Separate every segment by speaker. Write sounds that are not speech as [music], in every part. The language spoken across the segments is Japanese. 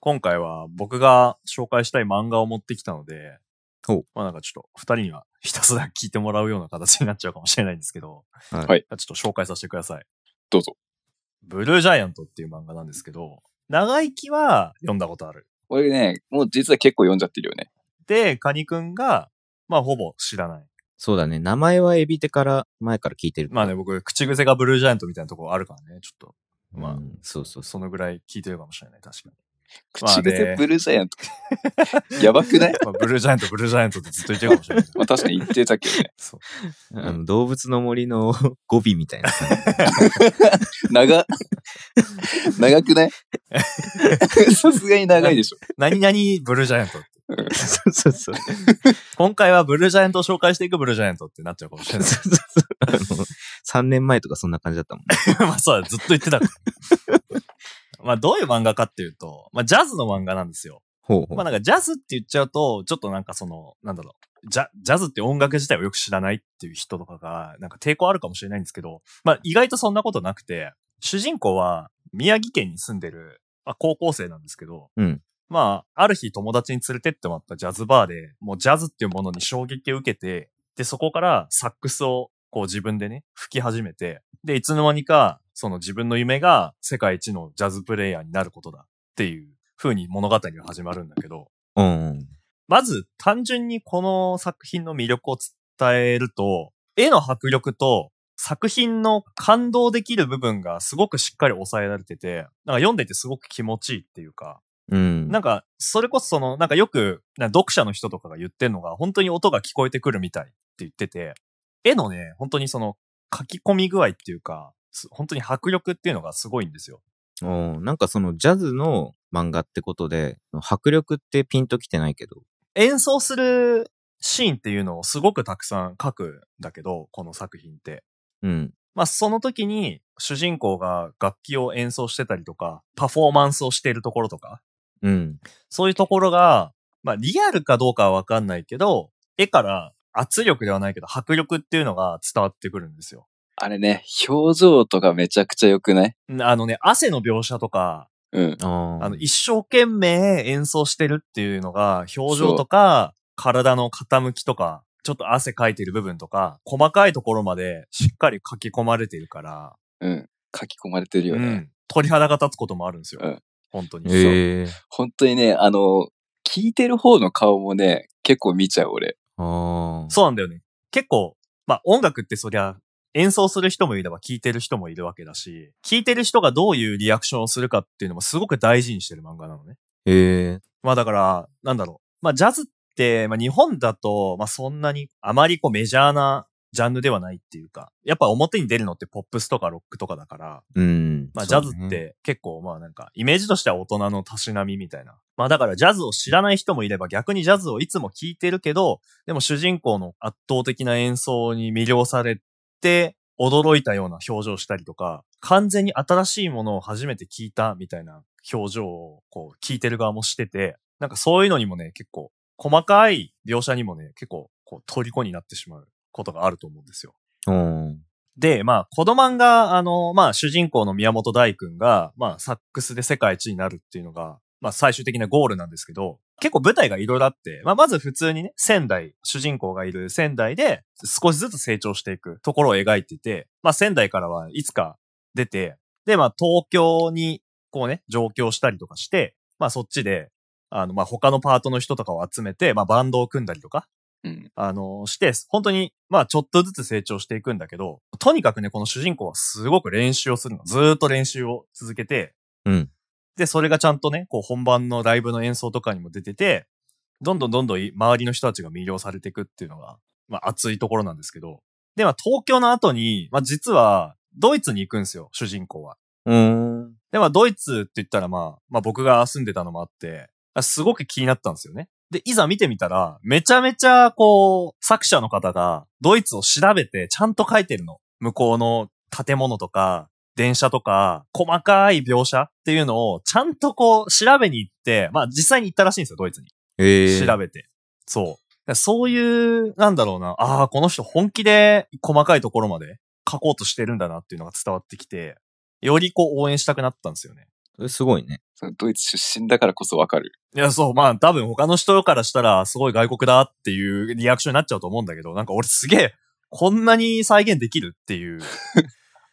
Speaker 1: 今回は僕が紹介したい漫画を持ってきたので、
Speaker 2: ほう
Speaker 1: まあなんかちょっと二人にはひたすら聞いてもらうような形になっちゃうかもしれないんですけど、
Speaker 2: はい
Speaker 1: ちょっと紹介させてください。
Speaker 3: どうぞ。
Speaker 1: ブルージャイアントっていう漫画なんですけど、長生きは読んだことある。
Speaker 3: 俺ね、もう実は結構読んじゃってるよね。
Speaker 1: で、カニくんが、まあほぼ知らない。
Speaker 2: そうだね。名前はエビテから、前から聞いてる。
Speaker 1: まあね、僕、口癖がブルージャイアントみたいなところあるからね、ちょっと、まあ
Speaker 2: うんそうそうそ
Speaker 1: そのぐらい聞いてるかもしれない、確かに。まあ
Speaker 3: 口
Speaker 1: ね
Speaker 3: 癖ブルージャイアント。やばくない
Speaker 1: まあ、ブルージャイアント、ブルージャイアントってずっと言ってるかもしれない。
Speaker 3: まあ確かに言ってたけどね。
Speaker 1: そう
Speaker 2: う。あの動物の森の [laughs] 語尾みたいな。
Speaker 3: 長、 [laughs] 長くない [laughs] さすがに長いでしょ。
Speaker 1: 何々ブルージャイアントって。
Speaker 2: そうそう [laughs] そう。
Speaker 1: 今回はブルージャイアントを紹介していくブルージャイアントってなっちゃうかもしれ
Speaker 2: [laughs]
Speaker 1: ない。
Speaker 2: 3年前とかそんな感じだったもんね。
Speaker 1: まあそうだ、ずっと言ってたから。まあどういう漫画かっていうと、まあジャズの漫画なんですよ。
Speaker 2: ほうほう。
Speaker 1: まあなんかジャズって言っちゃうと、ちょっとなんかその、なんだろう、ジャジャズって音楽自体をよく知らないっていう人とかが、なんか抵抗あるかもしれないんですけど、まあ意外とそんなことなくて、主人公は宮城県に住んでる、まあ、高校生なんですけど、
Speaker 2: うん
Speaker 1: まあある日友達に連れてってもらったジャズバーで、もうジャズっていうものに衝撃を受けて、で、そこからサックスをこう自分でね、吹き始めて、で、いつの間にか、その自分の夢が世界一のジャズプレイヤーになることだっていう風に物語が始まるんだけど、
Speaker 2: うんうん。
Speaker 1: まず単純にこの作品の魅力を伝えると、絵の迫力と作品の感動できる部分がすごくしっかり抑えられてて、なんか読んでてすごく気持ちいいっていうか、
Speaker 2: うん。
Speaker 1: なんかそれこそその、なんかよくなんか読者の人とかが言ってるのが、本当に音が聞こえてくるみたいって言ってて、絵のね、本当にその書き込み具合っていうか、す本当に迫力っていうのがすごいんですよ。
Speaker 2: おーなんかそのジャズの漫画ってことで、迫力ってピンときてないけど。
Speaker 1: 演奏するシーンっていうのをすごくたくさん書くんだけど、この作品って。
Speaker 2: うん。
Speaker 1: まあその時に主人公が楽器を演奏してたりとか、パフォーマンスをしているところとか、
Speaker 2: うん。
Speaker 1: そういうところが、まあリアルかどうかはわかんないけど、絵から圧力ではないけど迫力っていうのが伝わってくるんですよ。
Speaker 3: あれね、表情とかめちゃくちゃ良くない
Speaker 1: んあのね、汗の描写とか、
Speaker 3: うん。
Speaker 2: あー
Speaker 1: あの一生懸命演奏してるっていうのが、表情とか、体の傾きとか、ちょっと汗かいてる部分とか、細かいところまでしっかり書き込まれてるから、
Speaker 3: うん。書き込まれてるよ
Speaker 1: う
Speaker 3: ね。
Speaker 1: ん、鳥肌が立つこともあるんですよ。
Speaker 3: うん
Speaker 1: 本当に。
Speaker 2: へえ。
Speaker 3: 本当にね、あの、聞いてる方の顔もね、結構見ちゃう俺。
Speaker 2: ああ。
Speaker 1: そうなんだよね。結構、まあ音楽ってそりゃ、演奏する人もいれば聴いてる人もいるわけだし、聴いてる人がどういうリアクションをするかっていうのもすごく大事にしてる漫画なのね。
Speaker 2: へえ。
Speaker 1: まあだから、なんだろう。まあジャズって、まあ日本だと、まあそんなに、あまりこうメジャーなジャンルではないっていうか、やっぱ表に出るのってポップスとかロックとかだから、
Speaker 2: うん。
Speaker 1: まあジ
Speaker 2: そ
Speaker 1: ャ
Speaker 2: うだ
Speaker 1: ズ
Speaker 2: ね
Speaker 1: って結構まあなんか、イメージとしては大人のたしなみみたいな。まあだからジャズを知らない人もいれば逆にジャズをいつも聴いてるけど、でも主人公の圧倒的な演奏に魅了されて、驚いたような表情したりとか、完全に新しいものを初めて聞いたみたいな表情をこう聞いてる側もしてて、なんかそういうのにもね、結構細かい描写にもね、結構こう虜になってしまうことがあると思うんですよ。
Speaker 2: うん。
Speaker 1: で、まあ、この漫画、あの、まあ、主人公の宮本大君が、まあ、サックスで世界一になるっていうのが、まあ、最終的なゴールなんですけど、結構舞台がいろいろあって、まあ、まず普通にね、仙台、主人公がいる仙台で、少しずつ成長していくところを描いてて、まあ、仙台からはいつか出て、で、まあ、東京に、こうね、上京したりとかして、まあ、そっちで、あの、まあ、他のパートの人とかを集めて、まあ、バンドを組んだりとか、
Speaker 3: うん。
Speaker 1: あの、して、本当に、まあ、ちょっとずつ成長していくんだけど、とにかくね、この主人公はすごく練習をするの。ずーっと練習を続けて、
Speaker 2: うん。
Speaker 1: で、それがちゃんとね、こう、本番のライブの演奏とかにも出てて、どんどんどんどんい周りの人たちが魅了されていくっていうのが、まあ、熱いところなんですけど。で、まあ、東京の後に、まあ、実は、ドイツに行くんですよ、主人公は。
Speaker 2: うん。
Speaker 1: で、まあ、ドイツって言ったら、まあ、まあ、僕が住んでたのもあって、あすごく気になったんですよね。で、いざ見てみたら、めちゃめちゃ、こう、作者の方が、ドイツを調べて、ちゃんと書いてるの。向こうの建物とか、電車とか、細かい描写っていうのを、ちゃんとこう、調べに行って、まあ、実際に行ったらしいんですよ、ドイツに。
Speaker 2: へえ。
Speaker 1: 調べて。そう。だからそういう、なんだろうな、ああ、この人本気で細かいところまで書こうとしてるんだなっていうのが伝わってきて、よりこう応援したくなったんですよね。
Speaker 2: それすごいね。
Speaker 3: そのドイツ出身だからこそわかる。
Speaker 1: いや、そう、まあ多分他の人からしたらすごい外国だっていうリアクションになっちゃうと思うんだけど、なんか俺すげえ、こんなに再現できるっていう、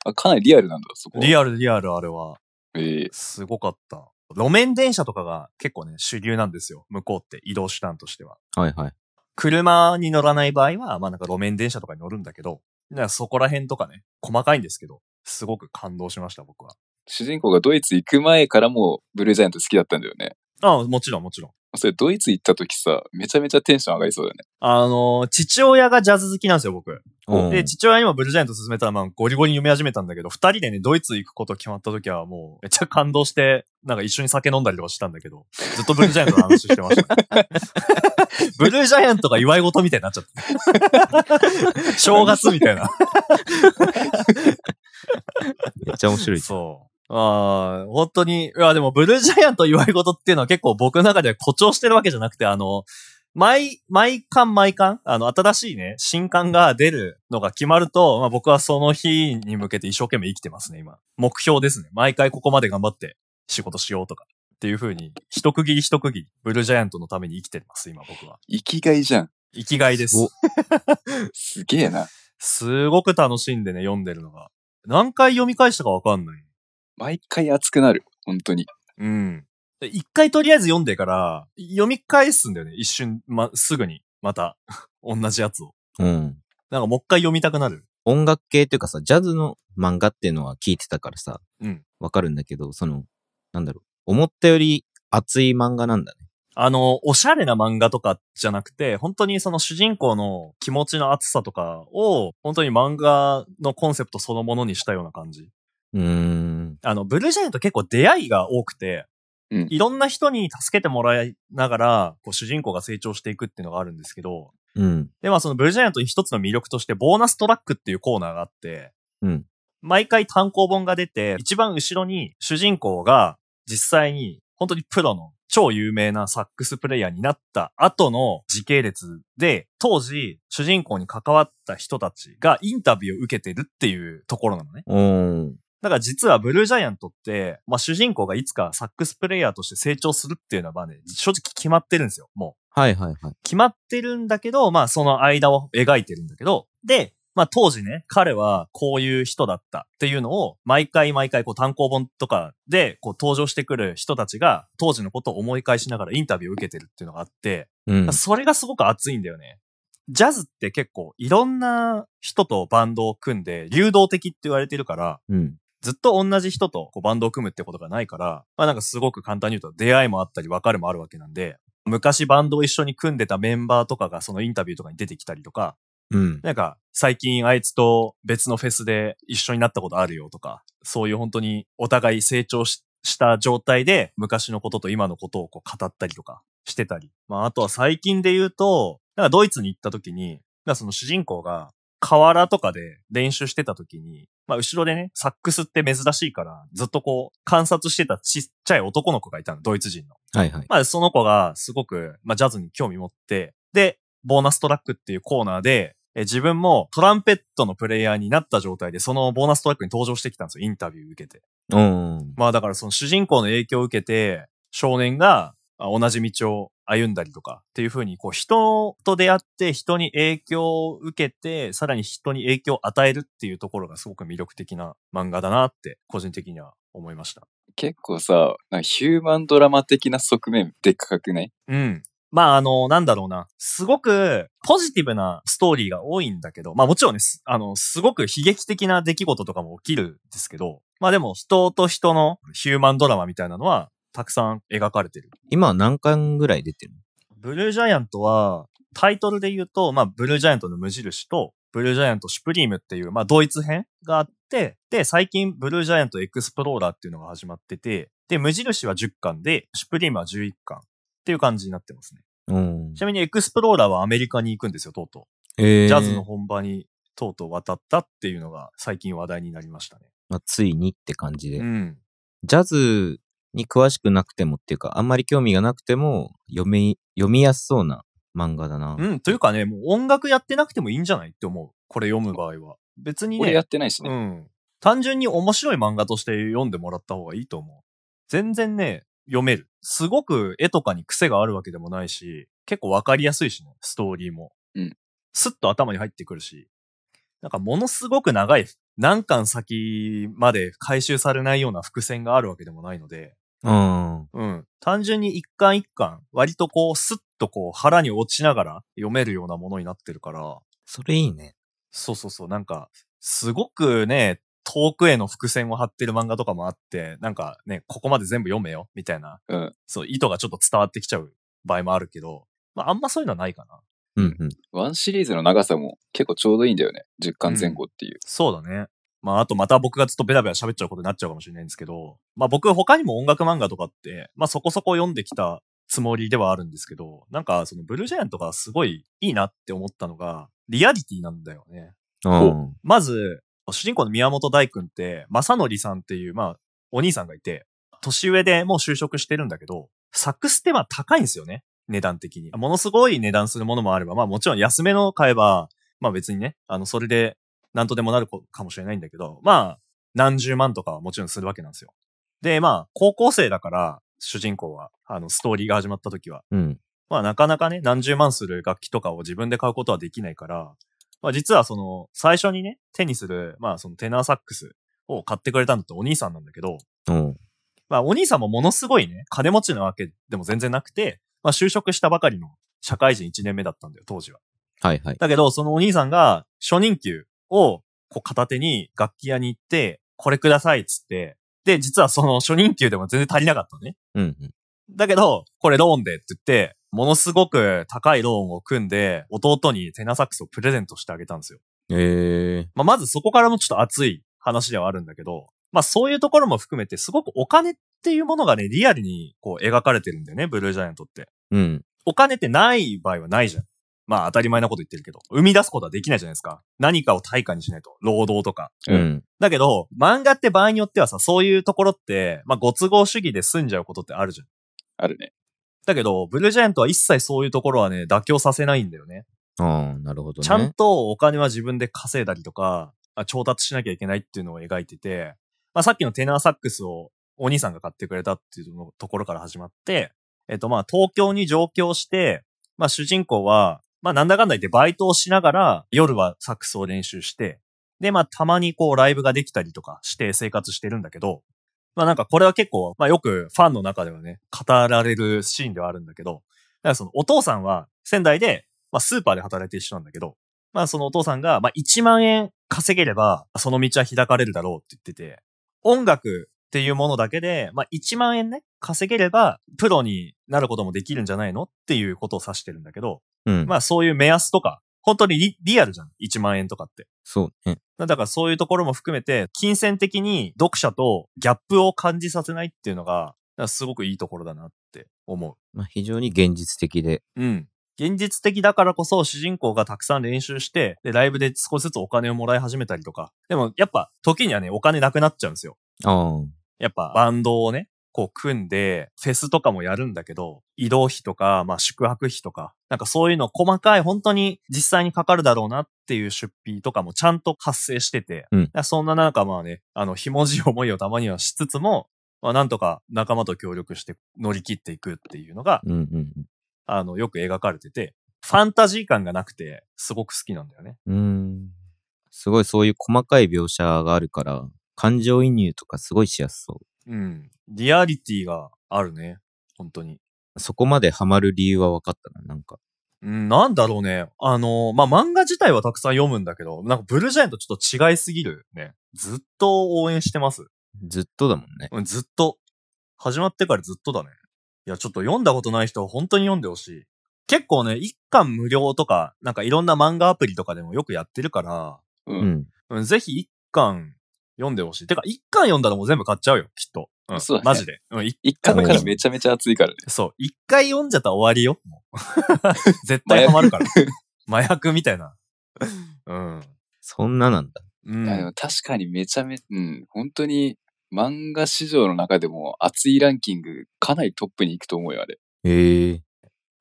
Speaker 3: あ、かなりリアルなんだ、そこ。
Speaker 1: リ
Speaker 3: ア
Speaker 1: アルリアルあれは、
Speaker 3: ル。ええ
Speaker 1: すごかった。路面電車とかが結構ね、主流なんですよ。向こうって移動手段としては。
Speaker 2: はいはい。
Speaker 1: 車に乗らない場合は、まあなんか路面電車とかに乗るんだけど、なんかそこら辺とかね、細かいんですけど、すごく感動しました、僕は。
Speaker 3: 主人公がドイツ行く前からもうブルージャイアント好きだったんだよね。
Speaker 1: ああ、もちろんもちろん。
Speaker 3: それドイツ行った時さ、めちゃめちゃテンション上がりそうだね。
Speaker 1: あのー、父親がジャズ好きなんですよ、僕。
Speaker 2: うん
Speaker 1: で、父親にもブルージャイアント勧めたら、まあ、ゴリゴリに読み始めたんだけど、二人でね、ドイツ行くこと決まった時は、もう、めっちゃ感動して、なんか一緒に酒飲んだりとかしたんだけど、ずっとブルージャイアントの話してま [laughs] した。ブルージャイアントが祝い事みたいになっちゃ [laughs] った。正月みたいな。
Speaker 2: めっちゃ面白い。
Speaker 1: そう。ああ、本当に、いや、でも、ブルージャイアント祝い事っていうのは結構僕の中では誇張してるわけじゃなくて、あの、毎、毎巻毎巻、あの、新しいね、新刊が出るのが決まると、まあ僕はその日に向けて一生懸命生きてますね、今。目標ですね。毎回ここまで頑張って仕事しようとか。っていう風に、一区切り一区切り、ブルージャイアントのために生きてます、今僕は。
Speaker 3: 生きがいじゃん。
Speaker 1: 生きがいです。
Speaker 3: すげえな。
Speaker 1: すごく楽しんでね、読んでるのが。何回読み返したかわかんない。
Speaker 3: 毎回熱くなる。本当に。
Speaker 1: うん。で一回とりあえず読んでから、読み返すんだよね。一瞬、ま、すぐに。また、 [laughs] 同じやつを。
Speaker 2: うん。
Speaker 1: なんかもう一回読みたくなる。
Speaker 2: 音楽系というかさ、ジャズの漫画っていうのは聞いてたからさ、
Speaker 1: うん。
Speaker 2: わかるんだけど、その、なんだろう、思ったより熱い漫画なんだね。
Speaker 1: あの、おしゃれな漫画とかじゃなくて、本当にその主人公の気持ちの熱さとかを、本当に漫画のコンセプトそのものにしたような感じ。
Speaker 2: うーん。
Speaker 1: あの、ブルージャイアント結構出会いが多くて、
Speaker 3: うん
Speaker 1: いろんな人に助けてもらいながら、こう主人公が成長していくっていうのがあるんですけど、
Speaker 2: うん。
Speaker 1: で、まあそのブルージャイアントに一つの魅力として、ボーナストラックっていうコーナーがあって、
Speaker 2: うん。
Speaker 1: 毎回単行本が出て、一番後ろに主人公が実際に本当にプロの超有名なサックスプレイヤーになった後の時系列で、当時主人公に関わった人たちがインタビューを受けてるっていうところなのね。
Speaker 2: おー。
Speaker 1: だから実はブルージャイアントって、まあ主人公がいつかサックスプレイヤーとして成長するっていうのはまあね、正直決まってるんですよ、もう。
Speaker 2: はいはいはい。
Speaker 1: 決まってるんだけど、まあその間を描いてるんだけど、で、まあ当時ね、彼はこういう人だったっていうのを、毎回毎回こう単行本とかでこう登場してくる人たちが、当時のことを思い返しながらインタビューを受けてるっていうのがあって、
Speaker 2: うん。
Speaker 1: それがすごく熱いんだよね。ジャズって結構いろんな人とバンドを組んで、流動的って言われてるから、
Speaker 2: うん。
Speaker 1: ずっと同じ人とこうバンドを組むってことがないから、まあなんかすごく簡単に言うと出会いもあったり別れもあるわけなんで、昔バンドを一緒に組んでたメンバーとかがそのインタビューとかに出てきたりとか、
Speaker 2: うん。
Speaker 1: なんか最近あいつと別のフェスで一緒になったことあるよとか、そういう本当にお互い成長しした状態で昔のことと今のことをこう語ったりとかしてたり。まああとは最近で言うと、なんかドイツに行った時に、なんかその主人公が河原とかで練習してた時に、まあ後ろでね、サックスって珍しいからずっとこう観察してたちっちゃい男の子がいたの、ドイツ人の。
Speaker 2: はいはい。
Speaker 1: まあ、その子がすごく、まあ、ジャズに興味持って、で、ボーナストラックっていうコーナーで、え自分もトランペットのプレイヤーになった状態で、そのボーナストラックに登場してきたんですよ、インタビュー受けて。
Speaker 2: うん。
Speaker 1: まあ、だからその主人公の影響を受けて、少年があ同じ道を歩んだりとかっていう風に、こう、人と出会って、人に影響を受けて、さらに人に影響を与えるっていうところがすごく魅力的な漫画だなって、個人的には思いました。
Speaker 3: 結構さ、なんかヒューマンドラマ的な側面でっかくない
Speaker 1: うん。まあ、あの、なんだろうな。すごく、ポジティブなストーリーが多いんだけど、まあもちろんね、すあの、すごく悲劇的な出来事とかも起きるんですけど、まあでも、人と人のヒューマンドラマみたいなのは、たくさん描かれてる。
Speaker 2: 今は何巻ぐらい出てる
Speaker 1: ブルージャイアントは、タイトルで言うと、まあ、ブルージャイアントの無印と、ブルージャイアントシュプリームっていう、まあ、ドイツ編があって、で、最近、ブルージャイアントエクスプローラーっていうのが始まってて、で、無印は10巻で、シュプリームは11巻っていう感じになってますね。
Speaker 2: のうん
Speaker 1: ち。なみにエクスプローラーはアメリカに行くんですよ、とうと
Speaker 2: え
Speaker 1: う。
Speaker 2: ー
Speaker 1: ジャズの本場にとうとう渡ったっていうのが最近話題になりましたね。
Speaker 2: まあ、ついにって感じで
Speaker 1: う。ん。
Speaker 2: ジャズに詳しくなくてもっていうか、あんまり興味がなくても、読み、読みやすそうな漫画だな。
Speaker 1: うん、というかね、もう音楽やってなくてもいいんじゃないって思う。これ読む場合は。別に
Speaker 3: 俺
Speaker 1: ね
Speaker 3: やっ、てないしね。
Speaker 1: うん。単純に面白い漫画として読んでもらった方がいいと思全然ね、読める。すごく絵とかに癖があるわけでもないし、結構わかりやすいしね、ストーリーも。
Speaker 3: うん。
Speaker 1: スッと頭に入ってくるし、なんかものすごく長い、何巻先まで回収されないような伏線があるわけでもないので、
Speaker 2: うん。
Speaker 1: うん。単純に一巻一巻、割とこう、スッとこう、腹に落ちながら読めるようなものになってるから、
Speaker 2: それいいね。
Speaker 1: そうそうそう、なんか、すごくね、遠くへの伏線を張ってる漫画とかもあって、なんかね、ここまで全部読めよ、みたいな、
Speaker 3: うん
Speaker 1: そう、意図がちょっと伝わってきちゃう場合もあるけど、まあ、あんまそういうのはないかな。
Speaker 2: うんうん。
Speaker 3: ワンシリーズの長さも結構ちょうどいいんだよね。10巻前後っていう。
Speaker 1: そうだね。まあ、あとまた僕がずっとベラベラ喋っちゃうことになっちゃうかもしれないんですけど、まあ僕他にも音楽漫画とかって、まあそこそこ読んできたつもりではあるんですけど、なんかそのブルージェイアンとかすごいいいなって思ったのが、リアリティなんだよね。
Speaker 2: うん。
Speaker 1: まず、主人公の宮本大君って、正則さんっていう、まあ、お兄さんがいて、年上でもう就職してるんだけど、サックスってまあ高いんですよね。値段的に。ものすごい値段するものもあれば、まあもちろん安めの買えば、まあ別にね、あの、それで何とでもなるこかもしれないんだけど、まあ、何十万とかはもちろんするわけなんですよ。で、まあ、高校生だから、主人公は、あの、ストーリーが始まった時は。
Speaker 2: うん。
Speaker 1: まあなかなかね、何十万する楽器とかを自分で買うことはできないから、まあ実はその、最初にね、手にする、まあそのテナーサックスを買ってくれたのってお兄さんなんだけど、
Speaker 2: うん。
Speaker 1: まあお兄さんもものすごいね、金持ちなわけでも全然なくて、まあ就職したばかりの社会人1年目だったんだよ、当時は。
Speaker 2: はいはい。
Speaker 1: だけど、そのお兄さんが初任給をこう片手に楽器屋に行って、これくださいっつって、で、実はその初任給でも全然足りなかったのね。
Speaker 2: うん
Speaker 1: だけど、これローンでって言って、ものすごく高いローンを組んで、弟にテナサックスをプレゼントしてあげたんですよ。
Speaker 2: うん。ええ。
Speaker 1: まあ、まずそこからもちょっと熱い話ではあるんだけど、まあそういうところも含めて、すごくお金っていうものがね、リアルにこう描かれてるんだよね、ブルージャイアントって。
Speaker 2: うん。
Speaker 1: お金ってない場合はないじゃん。まあ当たり前なこと言ってるけど、生み出すことはできないじゃないですか。何かを対価にしないと。労働とか。
Speaker 3: う
Speaker 2: うんん。
Speaker 1: だけど、漫画って場合によってはさ、そういうところって、まあご都合主義で済んじゃうことってあるじゃん。
Speaker 3: あるね。
Speaker 1: だけど、ブルージャイアントは一切そういうところはね、妥協させないんだよね。
Speaker 2: ああ、なるほどね。
Speaker 1: ちゃんとお金は自分で稼いだりとか、あ調達しなきゃいけないっていうのを描いてて、まあさっきのテナーサックスをお兄さんが買ってくれたっていうのところから始まって、えっとまあ東京に上京して、まあ主人公は、まあなんだかんだ言ってバイトをしながら夜はサックスを練習して、でまあたまにこうライブができたりとかして生活してるんだけど、まあなんかこれは結構、まあよくファンの中ではね、語られるシーンではあるんだけど、だからそのお父さんは仙台で、まあスーパーで働いてる人なんだけど、まあそのお父さんが、まあ1万円稼げれば、その道は開かれるだろうって言ってて、音楽っていうものだけで、まあ1万円ね、稼げれば、プロになることもできるんじゃないのっていうことを指してるんだけど、
Speaker 2: うん。
Speaker 1: まあそういう目安とか、本当にリリアルじゃん、1万円とかって。
Speaker 2: そうね。
Speaker 1: だからそういうところも含めて、金銭的に読者とギャップを感じさせないっていうのが、だからすごくいいところだなって思う。
Speaker 2: まあ、非常に現実的で。
Speaker 1: うん。現実的だからこそ主人公がたくさん練習して、で、ライブで少しずつお金をもらい始めたりとか。でも、やっぱ、時にはね、お金なくなっちゃうんですよ。
Speaker 2: ああ。
Speaker 1: やっぱ、バンドをね、こう組んで、フェスとかもやるんだけど、移動費とか、まあ宿泊費とか、なんかそういうの細かい、本当に実際にかかるだろうなっていう出費とかもちゃんと発生してて、
Speaker 2: うん
Speaker 1: だからそんな中まあね、あの、ひもじい思いをたまにはしつつも、まあなんとか仲間と協力して乗り切っていくっていうのが、
Speaker 2: うんうん
Speaker 1: あの、よく描かれてて、ファンタジー感がなくて、すごく好きなんだよね。
Speaker 2: うん。うーん。すごいそういう細かい描写があるから、感情移入とかすごいしやすそ
Speaker 1: うん。リアリティがあるね。本当に。
Speaker 2: う。そこまでハマる理由は分かったな、なんか。
Speaker 1: うん、なんだろうね。あの、まあ、漫画自体はたくさん読むんだけど、なんかブルージャイアントちょっと違いすぎるね。ずっと応援してます。
Speaker 2: ずっとだもんね。
Speaker 1: うん、ずっと。始まってからずっとだね。いや、ちょっと読んだことない人は本当に読んでほしい。結構ね、一巻無料とか、なんかいろんな漫画アプリとかでもよくやってるから、
Speaker 3: う。
Speaker 2: うんん。
Speaker 1: うん、ぜひ一巻読んでほしい。てか、一巻読んだらもう全部買っちゃうよ、きっと。うん、
Speaker 3: そうだね
Speaker 1: マジで。うん、い
Speaker 3: 一巻からめちゃめちゃ熱いからね。
Speaker 1: そう。一回読んじゃったら終わりよ。 [laughs] もう絶対ハマるから。麻薬みたいな。うん。
Speaker 2: そんななんだ。
Speaker 1: う
Speaker 3: いやでも
Speaker 1: ん。
Speaker 3: 確かにめちゃめちゃ、うん、本当に漫画史上の中でも熱いランキングかなりトップに行くと思うよ、あれ。
Speaker 2: ええ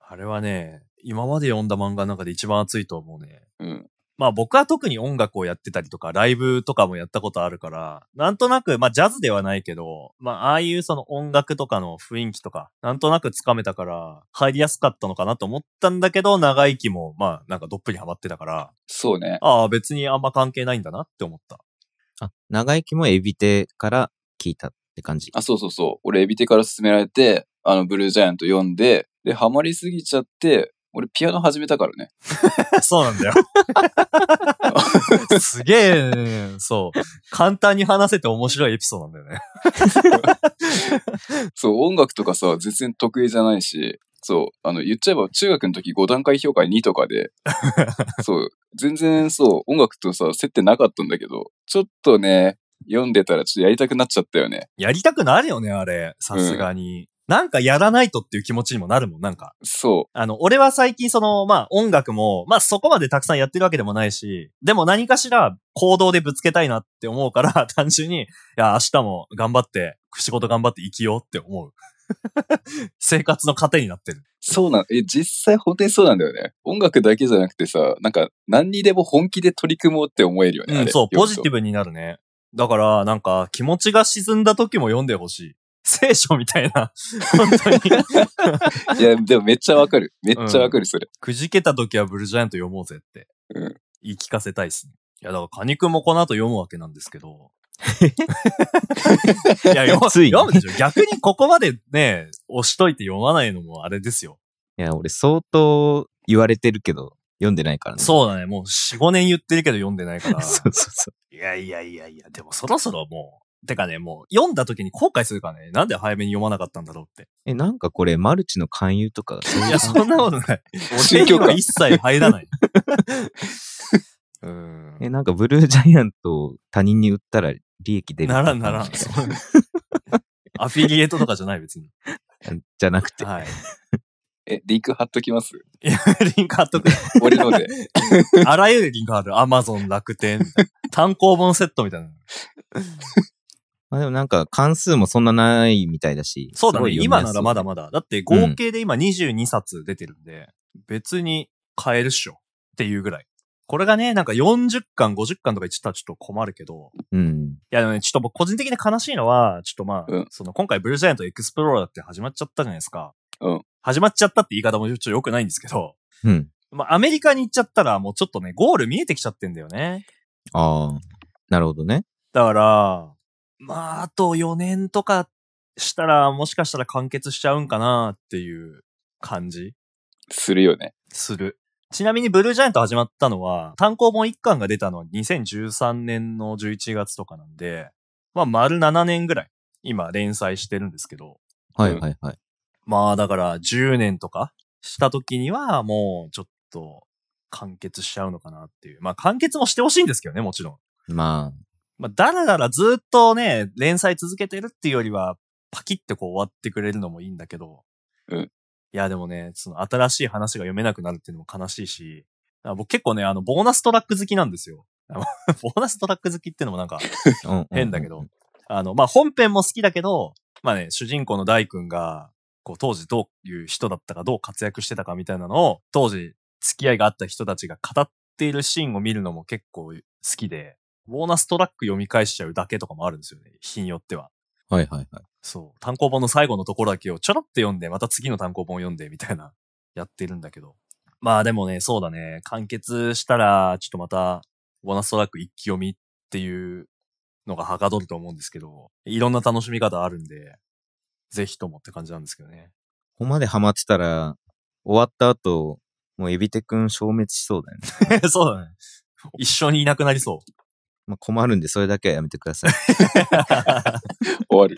Speaker 1: あれはね、今まで読んだ漫画の中で一番熱いと思うね。
Speaker 3: うん。
Speaker 1: まあ僕は特に音楽をやってたりとか、ライブとかもやったことあるから、なんとなく、まあジャズではないけど、まあああいうその音楽とかの雰囲気とか、なんとなくつかめたから、入りやすかったのかなと思ったんだけど、長生きも、まあなんかどっぷりハマってたから、
Speaker 3: そうね。
Speaker 1: ああ別にあんま関係ないんだなって思った。
Speaker 2: あ、長生きもエビテから聞いたって感じ。
Speaker 3: あ、そうそうそう。俺、エビテから勧められて、あの、ブルージャイアント読んで、で、ハマりすぎちゃって、俺、ピアノ始めたからね。 [laughs]
Speaker 1: そうなんだよ。すげえ、そう。簡単に話せて面白いエピソードなんだよね。
Speaker 3: そう、音楽とかさ、全然得意じゃないし、そう、あの、言っちゃえば中学の時5段階評価2と
Speaker 1: [laughs]
Speaker 3: かで、そう、全然そう、音楽とさ、接点なかったんだけど、ちょっとね、読んでたらちょっとやりたくなっちゃったよね。
Speaker 1: やりたくなるよね、あれ。さすがに。なんかやらないとっていう気持ちにもなるもん、なんか。
Speaker 3: そ
Speaker 1: あの、俺は最近その、まあ音楽も、まあそこまでたくさんやってるわけでもないし、でも何かしら行動でぶつけたいなって思うから、 [laughs] 単純に、いや、明日も頑張って、仕事頑張って生きようって思う。 [laughs] 生活の糧になってる。
Speaker 3: う、そうなの、え、実際本当にそうなんだよね。音楽だけじゃなくてさ、なんか、何にでも本気で取り組もうって思えるよね。
Speaker 1: うん、そう、ポジティ
Speaker 3: ブ。
Speaker 1: ブになるね。だから、なんか、気持ちが沈んだ時も読んでほしい。聖書みたいな、 [laughs] 本当に。
Speaker 3: いや、でもめっちゃわかる。めっちゃわかる、それ。
Speaker 1: くじけた時はブルージャイアント読もうぜって。
Speaker 3: うん
Speaker 1: 言い聞かせたいっすね。いや、だから、カニ君もこの後読むわけなんですけど。いや、読む、
Speaker 2: ついに
Speaker 1: 読むでしょ。逆にここまでね、押しといて読まないのもあれですよ。
Speaker 2: いや、俺相当言われてるけど、読んでないからね。
Speaker 1: そうだね。もう4、5年言ってるけど読んでないから。
Speaker 2: [laughs] そうそうそ
Speaker 1: いやいやいやいや、でもそろそろもう、てかね、もう読んだ時に後悔するからね。なんで早めに読まなかったんだろうって。
Speaker 2: う。え、なんかこれ、マルチの勧誘とか、そういう
Speaker 1: いや、そんなことない。俺
Speaker 3: 宗
Speaker 1: に
Speaker 3: 教
Speaker 1: は
Speaker 3: か
Speaker 1: 一切入らない。うん
Speaker 2: え、なんかブルージャイアントを他人に売ったら利益出る。
Speaker 1: ならんならん。
Speaker 2: じ
Speaker 1: そうアフィリエイトとかじゃない、別に。
Speaker 2: [laughs] ゃなくて。
Speaker 1: はい。
Speaker 3: え、リンク貼っときます
Speaker 1: いやリンク貼っと
Speaker 2: [laughs]
Speaker 1: く。
Speaker 3: 俺ので。
Speaker 1: あらゆるリンクある。アマゾン、楽天、単行本セットみたいな。
Speaker 2: まあでもなんか関数もそんなないみたいだし。
Speaker 1: そうだ
Speaker 2: すご
Speaker 1: ね。
Speaker 2: い読み
Speaker 1: 今
Speaker 2: やす
Speaker 1: な
Speaker 2: そう
Speaker 1: らまだまだ。だって合計で今22冊出てるんで、別に買えるっしょ。っていうぐらい。これがね、なんか40巻、50巻とか言ってたらちょっと困るけど、
Speaker 2: うん。
Speaker 1: いやでもね、ちょっと僕個人的に悲しいのは、ちょっとまあ、
Speaker 3: うん
Speaker 1: その今回ブルージャイアントエクスプローラーって始まっちゃったじゃないですか。
Speaker 3: うん
Speaker 1: 始まっちゃったって言い方もちょっと良くないんですけど、
Speaker 2: うん。
Speaker 1: まあアメリカに行っちゃったらもうちょっとね、ゴール見えてきちゃってんだよね。
Speaker 2: ああ。なるほどね。
Speaker 1: だから、まああと4年とかしたらもしかしたら完結しちゃうんかなっていう感じ
Speaker 3: するよね。
Speaker 1: する。ちなみにブルージャイアント始まったのは、単行本1巻が出たのは2013年の11月とかなんで、まあ丸7年ぐらい今連載してるんですけど、
Speaker 2: はいはいはい。
Speaker 1: まあだから10年とかした時にはもうちょっと完結しちゃうのかなっていう。まあ完結もしてほしいんですけどね、もちろん。
Speaker 2: まあ、
Speaker 1: まあだらだらずっとね、連載続けてるっていうよりは、パキってこう終わってくれるのもいいんだけど。
Speaker 3: うん
Speaker 1: いやでもね、その新しい話が読めなくなるっていうのも悲しいし、あ僕結構ね、あの、ボーナストラック好きなんですよ。あの [laughs] ボーナストラック好きってのもなんか、
Speaker 2: うんうんうん
Speaker 1: 変だけど。あの、まあ、本編も好きだけど、まあね、主人公の大君が、こう、当時どういう人だったか、どう活躍してたかみたいなのを、当時付き合いがあった人たちが語っているシーンを見るのも結構好きで、ボーナストラック読み返しちゃうだけとかもあるんですよね、日によっては。
Speaker 2: はいはいはい。
Speaker 1: そう。単行本の最後のところだけをちょろって読んで、また次の単行本を読んで、みたいな、 [laughs] やってるんだけど。まあでもね、そうだね。完結したら、ちょっとまた、ボーナストラック一気読みっていうのがはかどると思うんですけど、いろんな楽しみ方あるんで、ぜひともって感じなんですけどね。
Speaker 2: ここまでハマってたら、終わった後、もうエビテ君消滅しそうだよ
Speaker 1: [laughs]
Speaker 2: ね。
Speaker 1: そうだね。一緒にいなくなりそう。
Speaker 2: まあ困るんで、それだけはやめてください。
Speaker 3: 終わる。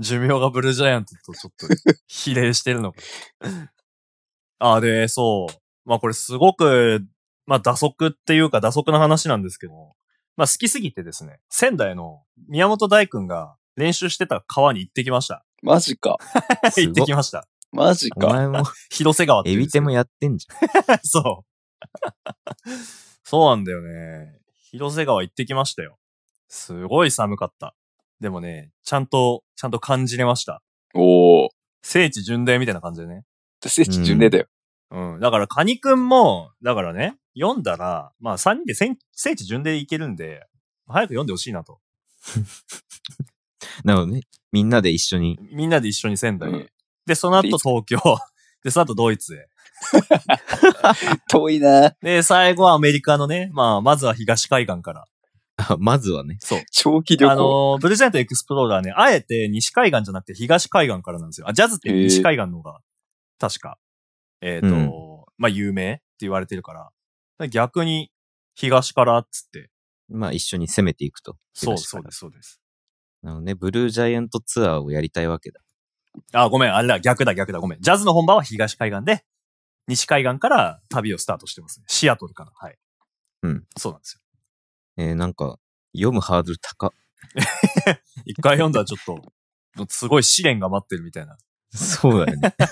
Speaker 1: 寿命がブルージャイアントとちょっと比例してるのか。 [laughs] あ、で、そう。まあこれすごく、まあ打足っていうか打足の話なんですけど、まあ好きすぎてですね、仙台の宮本大君が練習してた川に行ってきました。
Speaker 3: マジか。
Speaker 2: す
Speaker 1: [laughs] 行
Speaker 2: ご
Speaker 1: ってきました。
Speaker 3: マジ
Speaker 2: お
Speaker 3: か。
Speaker 2: 前も、
Speaker 1: 広瀬川ってい
Speaker 2: エ
Speaker 1: うん
Speaker 2: ビ
Speaker 1: ですけ [laughs]
Speaker 2: テ
Speaker 1: ど
Speaker 2: もやってんじゃん。
Speaker 1: そう。そうなんだよね。広瀬川行ってきましたよ。すごい寒かった。でもね、ちゃんと、ちゃんと感じれました。
Speaker 3: おお。
Speaker 1: 聖地巡礼みたいな感じでね。
Speaker 3: 聖地巡礼だよ。
Speaker 1: うん。だから、カニくんも、だからね、読んだら、まあ、3人でせん聖地巡礼いけるんで、早く読んでほしいなと。
Speaker 2: なので、ね、みんなで一緒に。 [laughs]
Speaker 1: みんなで一緒に仙台へ。
Speaker 3: うん
Speaker 1: で、その後東京。 [laughs] で、その後ドイツへ。
Speaker 3: 遠いな
Speaker 1: で、最後はアメリカのね、まあ、まずは東海岸から。
Speaker 2: あまずはね。
Speaker 1: そう。
Speaker 3: 長期旅行。
Speaker 1: あのー、ブルージェントエクスプローラーね、あえて西海岸じゃなくて東海岸からなんですよ。あ、ジャズって西海岸の方が、確か、えっ、と、
Speaker 2: うん
Speaker 1: まあ、有名って言われてるから、逆に東からっつって。
Speaker 2: まあ一緒に攻めていくと。
Speaker 1: そう、
Speaker 2: 東か
Speaker 1: そう
Speaker 2: ら
Speaker 1: です、そうです。
Speaker 2: なので、ブルージャイアントツアーをやりたいわけだ。
Speaker 1: あ、ごめん、あれだ、逆だ、逆だ、ごめん。ジャズの本場は東海岸で、西海岸から旅をスタートしてますね。シアトルから。はい。
Speaker 2: うん。
Speaker 1: そうなんですよ。
Speaker 2: えー、なんか、読むハードル高っ。 [laughs]
Speaker 1: 一回読んだらちょっと、もうすごい試練が待ってるみたいな。
Speaker 2: そうだよね。 [laughs]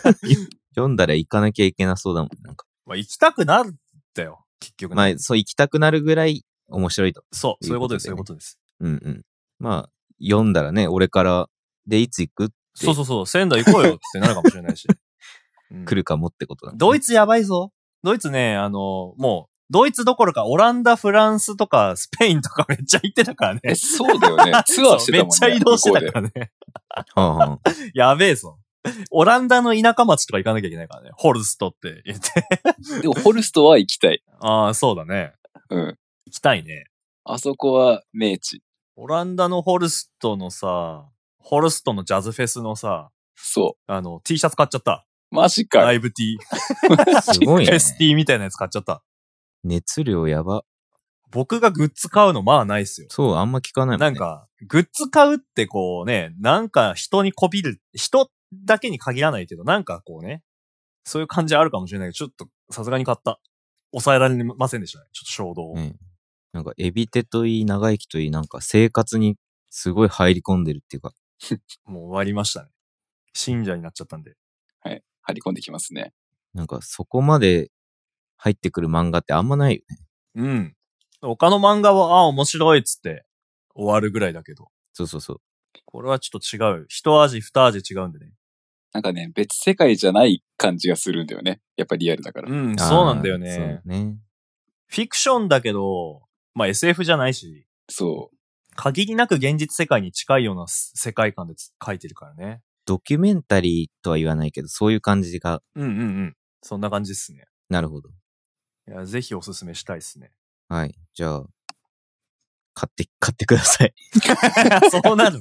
Speaker 2: 読んだら行かなきゃいけなそうだもん。なんか
Speaker 1: まあ、行きたくなるんだよ。結局ね。
Speaker 2: まあ、そう行きたくなるぐらい面白いと。
Speaker 1: そう、そういうことです、そ
Speaker 2: い
Speaker 1: い
Speaker 2: うう
Speaker 1: うこ
Speaker 2: こと
Speaker 1: です。
Speaker 2: うんうん。まあ、読んだらね、俺から、で、いつ行く
Speaker 1: そうそうそう、仙台行こうよってなるかもしれないし。うん
Speaker 2: 来るかもってことだ、ね。
Speaker 1: ドイツやばいぞ。ドイツね、あの、もう、ドイツどころかオランダ、フランスとかスペインとかめっちゃ行ってたからね
Speaker 3: え、。そうだよね。ツアーしてたも
Speaker 1: [laughs] そうめっ
Speaker 3: んね。
Speaker 1: ちゃ移動してた
Speaker 3: 向こ
Speaker 1: からね。
Speaker 2: はあはあ
Speaker 1: [laughs] やべえぞ。オランダの田舎町とか行かなきゃいけないからね。ホルストって言って。 [laughs]
Speaker 3: うででも、ホルストは行きたい。
Speaker 1: ああ、そうだね。
Speaker 3: うん。
Speaker 1: 行きたいね。
Speaker 3: あそこは名地。
Speaker 1: オランダのホルストのさ、ホルストのジャズフェスのさ、
Speaker 3: そ
Speaker 1: あの、T シャツ買っちゃった。
Speaker 3: う。マジか。
Speaker 1: ライブ T。
Speaker 2: [laughs] すごい
Speaker 1: フ
Speaker 2: ね
Speaker 1: ェ。ス T みたいなやつ買っちゃった。
Speaker 2: 熱量やば。
Speaker 1: 僕がグッズ買うのまあないっすよ。
Speaker 2: そう、あんま聞かないもん、ね。
Speaker 1: なん、か、グッズ買うってこうね、なんか人にこびる、人だけに限らないけど、なんかこうね、そういう感じあるかもしれないけど、ちょっとさすがに買った。抑えられませんでしたね。ちょっと衝動を。
Speaker 2: うん。なんか、エビテといい、長生きといい、なんか、生活にすごい入り込んでるっていうか、
Speaker 1: もう終わりましたね。信者になっちゃったんで。
Speaker 3: 張り込んできますね。
Speaker 2: なんか、そこまで入ってくる漫画ってあんまないよね。
Speaker 1: うん。他の漫画は、あ、面白いっつって終わるぐらいだけど。
Speaker 2: そうそうそう。
Speaker 1: これはちょっと違う。一味二味違うんでね。
Speaker 3: なんかね、別世界じゃない感じがするんだよね。やっぱりリアルだから。
Speaker 1: うん、そうなんだよ
Speaker 2: あーそう
Speaker 1: ね。
Speaker 2: ね。
Speaker 1: フィクションだけど、まあ SF じゃないし、
Speaker 3: そう。
Speaker 1: 限りなく現実世界に近いようなす世界観でつ書いてるからね。
Speaker 2: ドキュメンタリーとは言わないけど、そういう感じが、
Speaker 1: うんうんうん。そんな感じですね。
Speaker 2: なるほど。
Speaker 1: いや、ぜひおすすめしたいですね。 [laughs]
Speaker 2: はい。じゃあ、買って、買ってください。
Speaker 1: そうなるの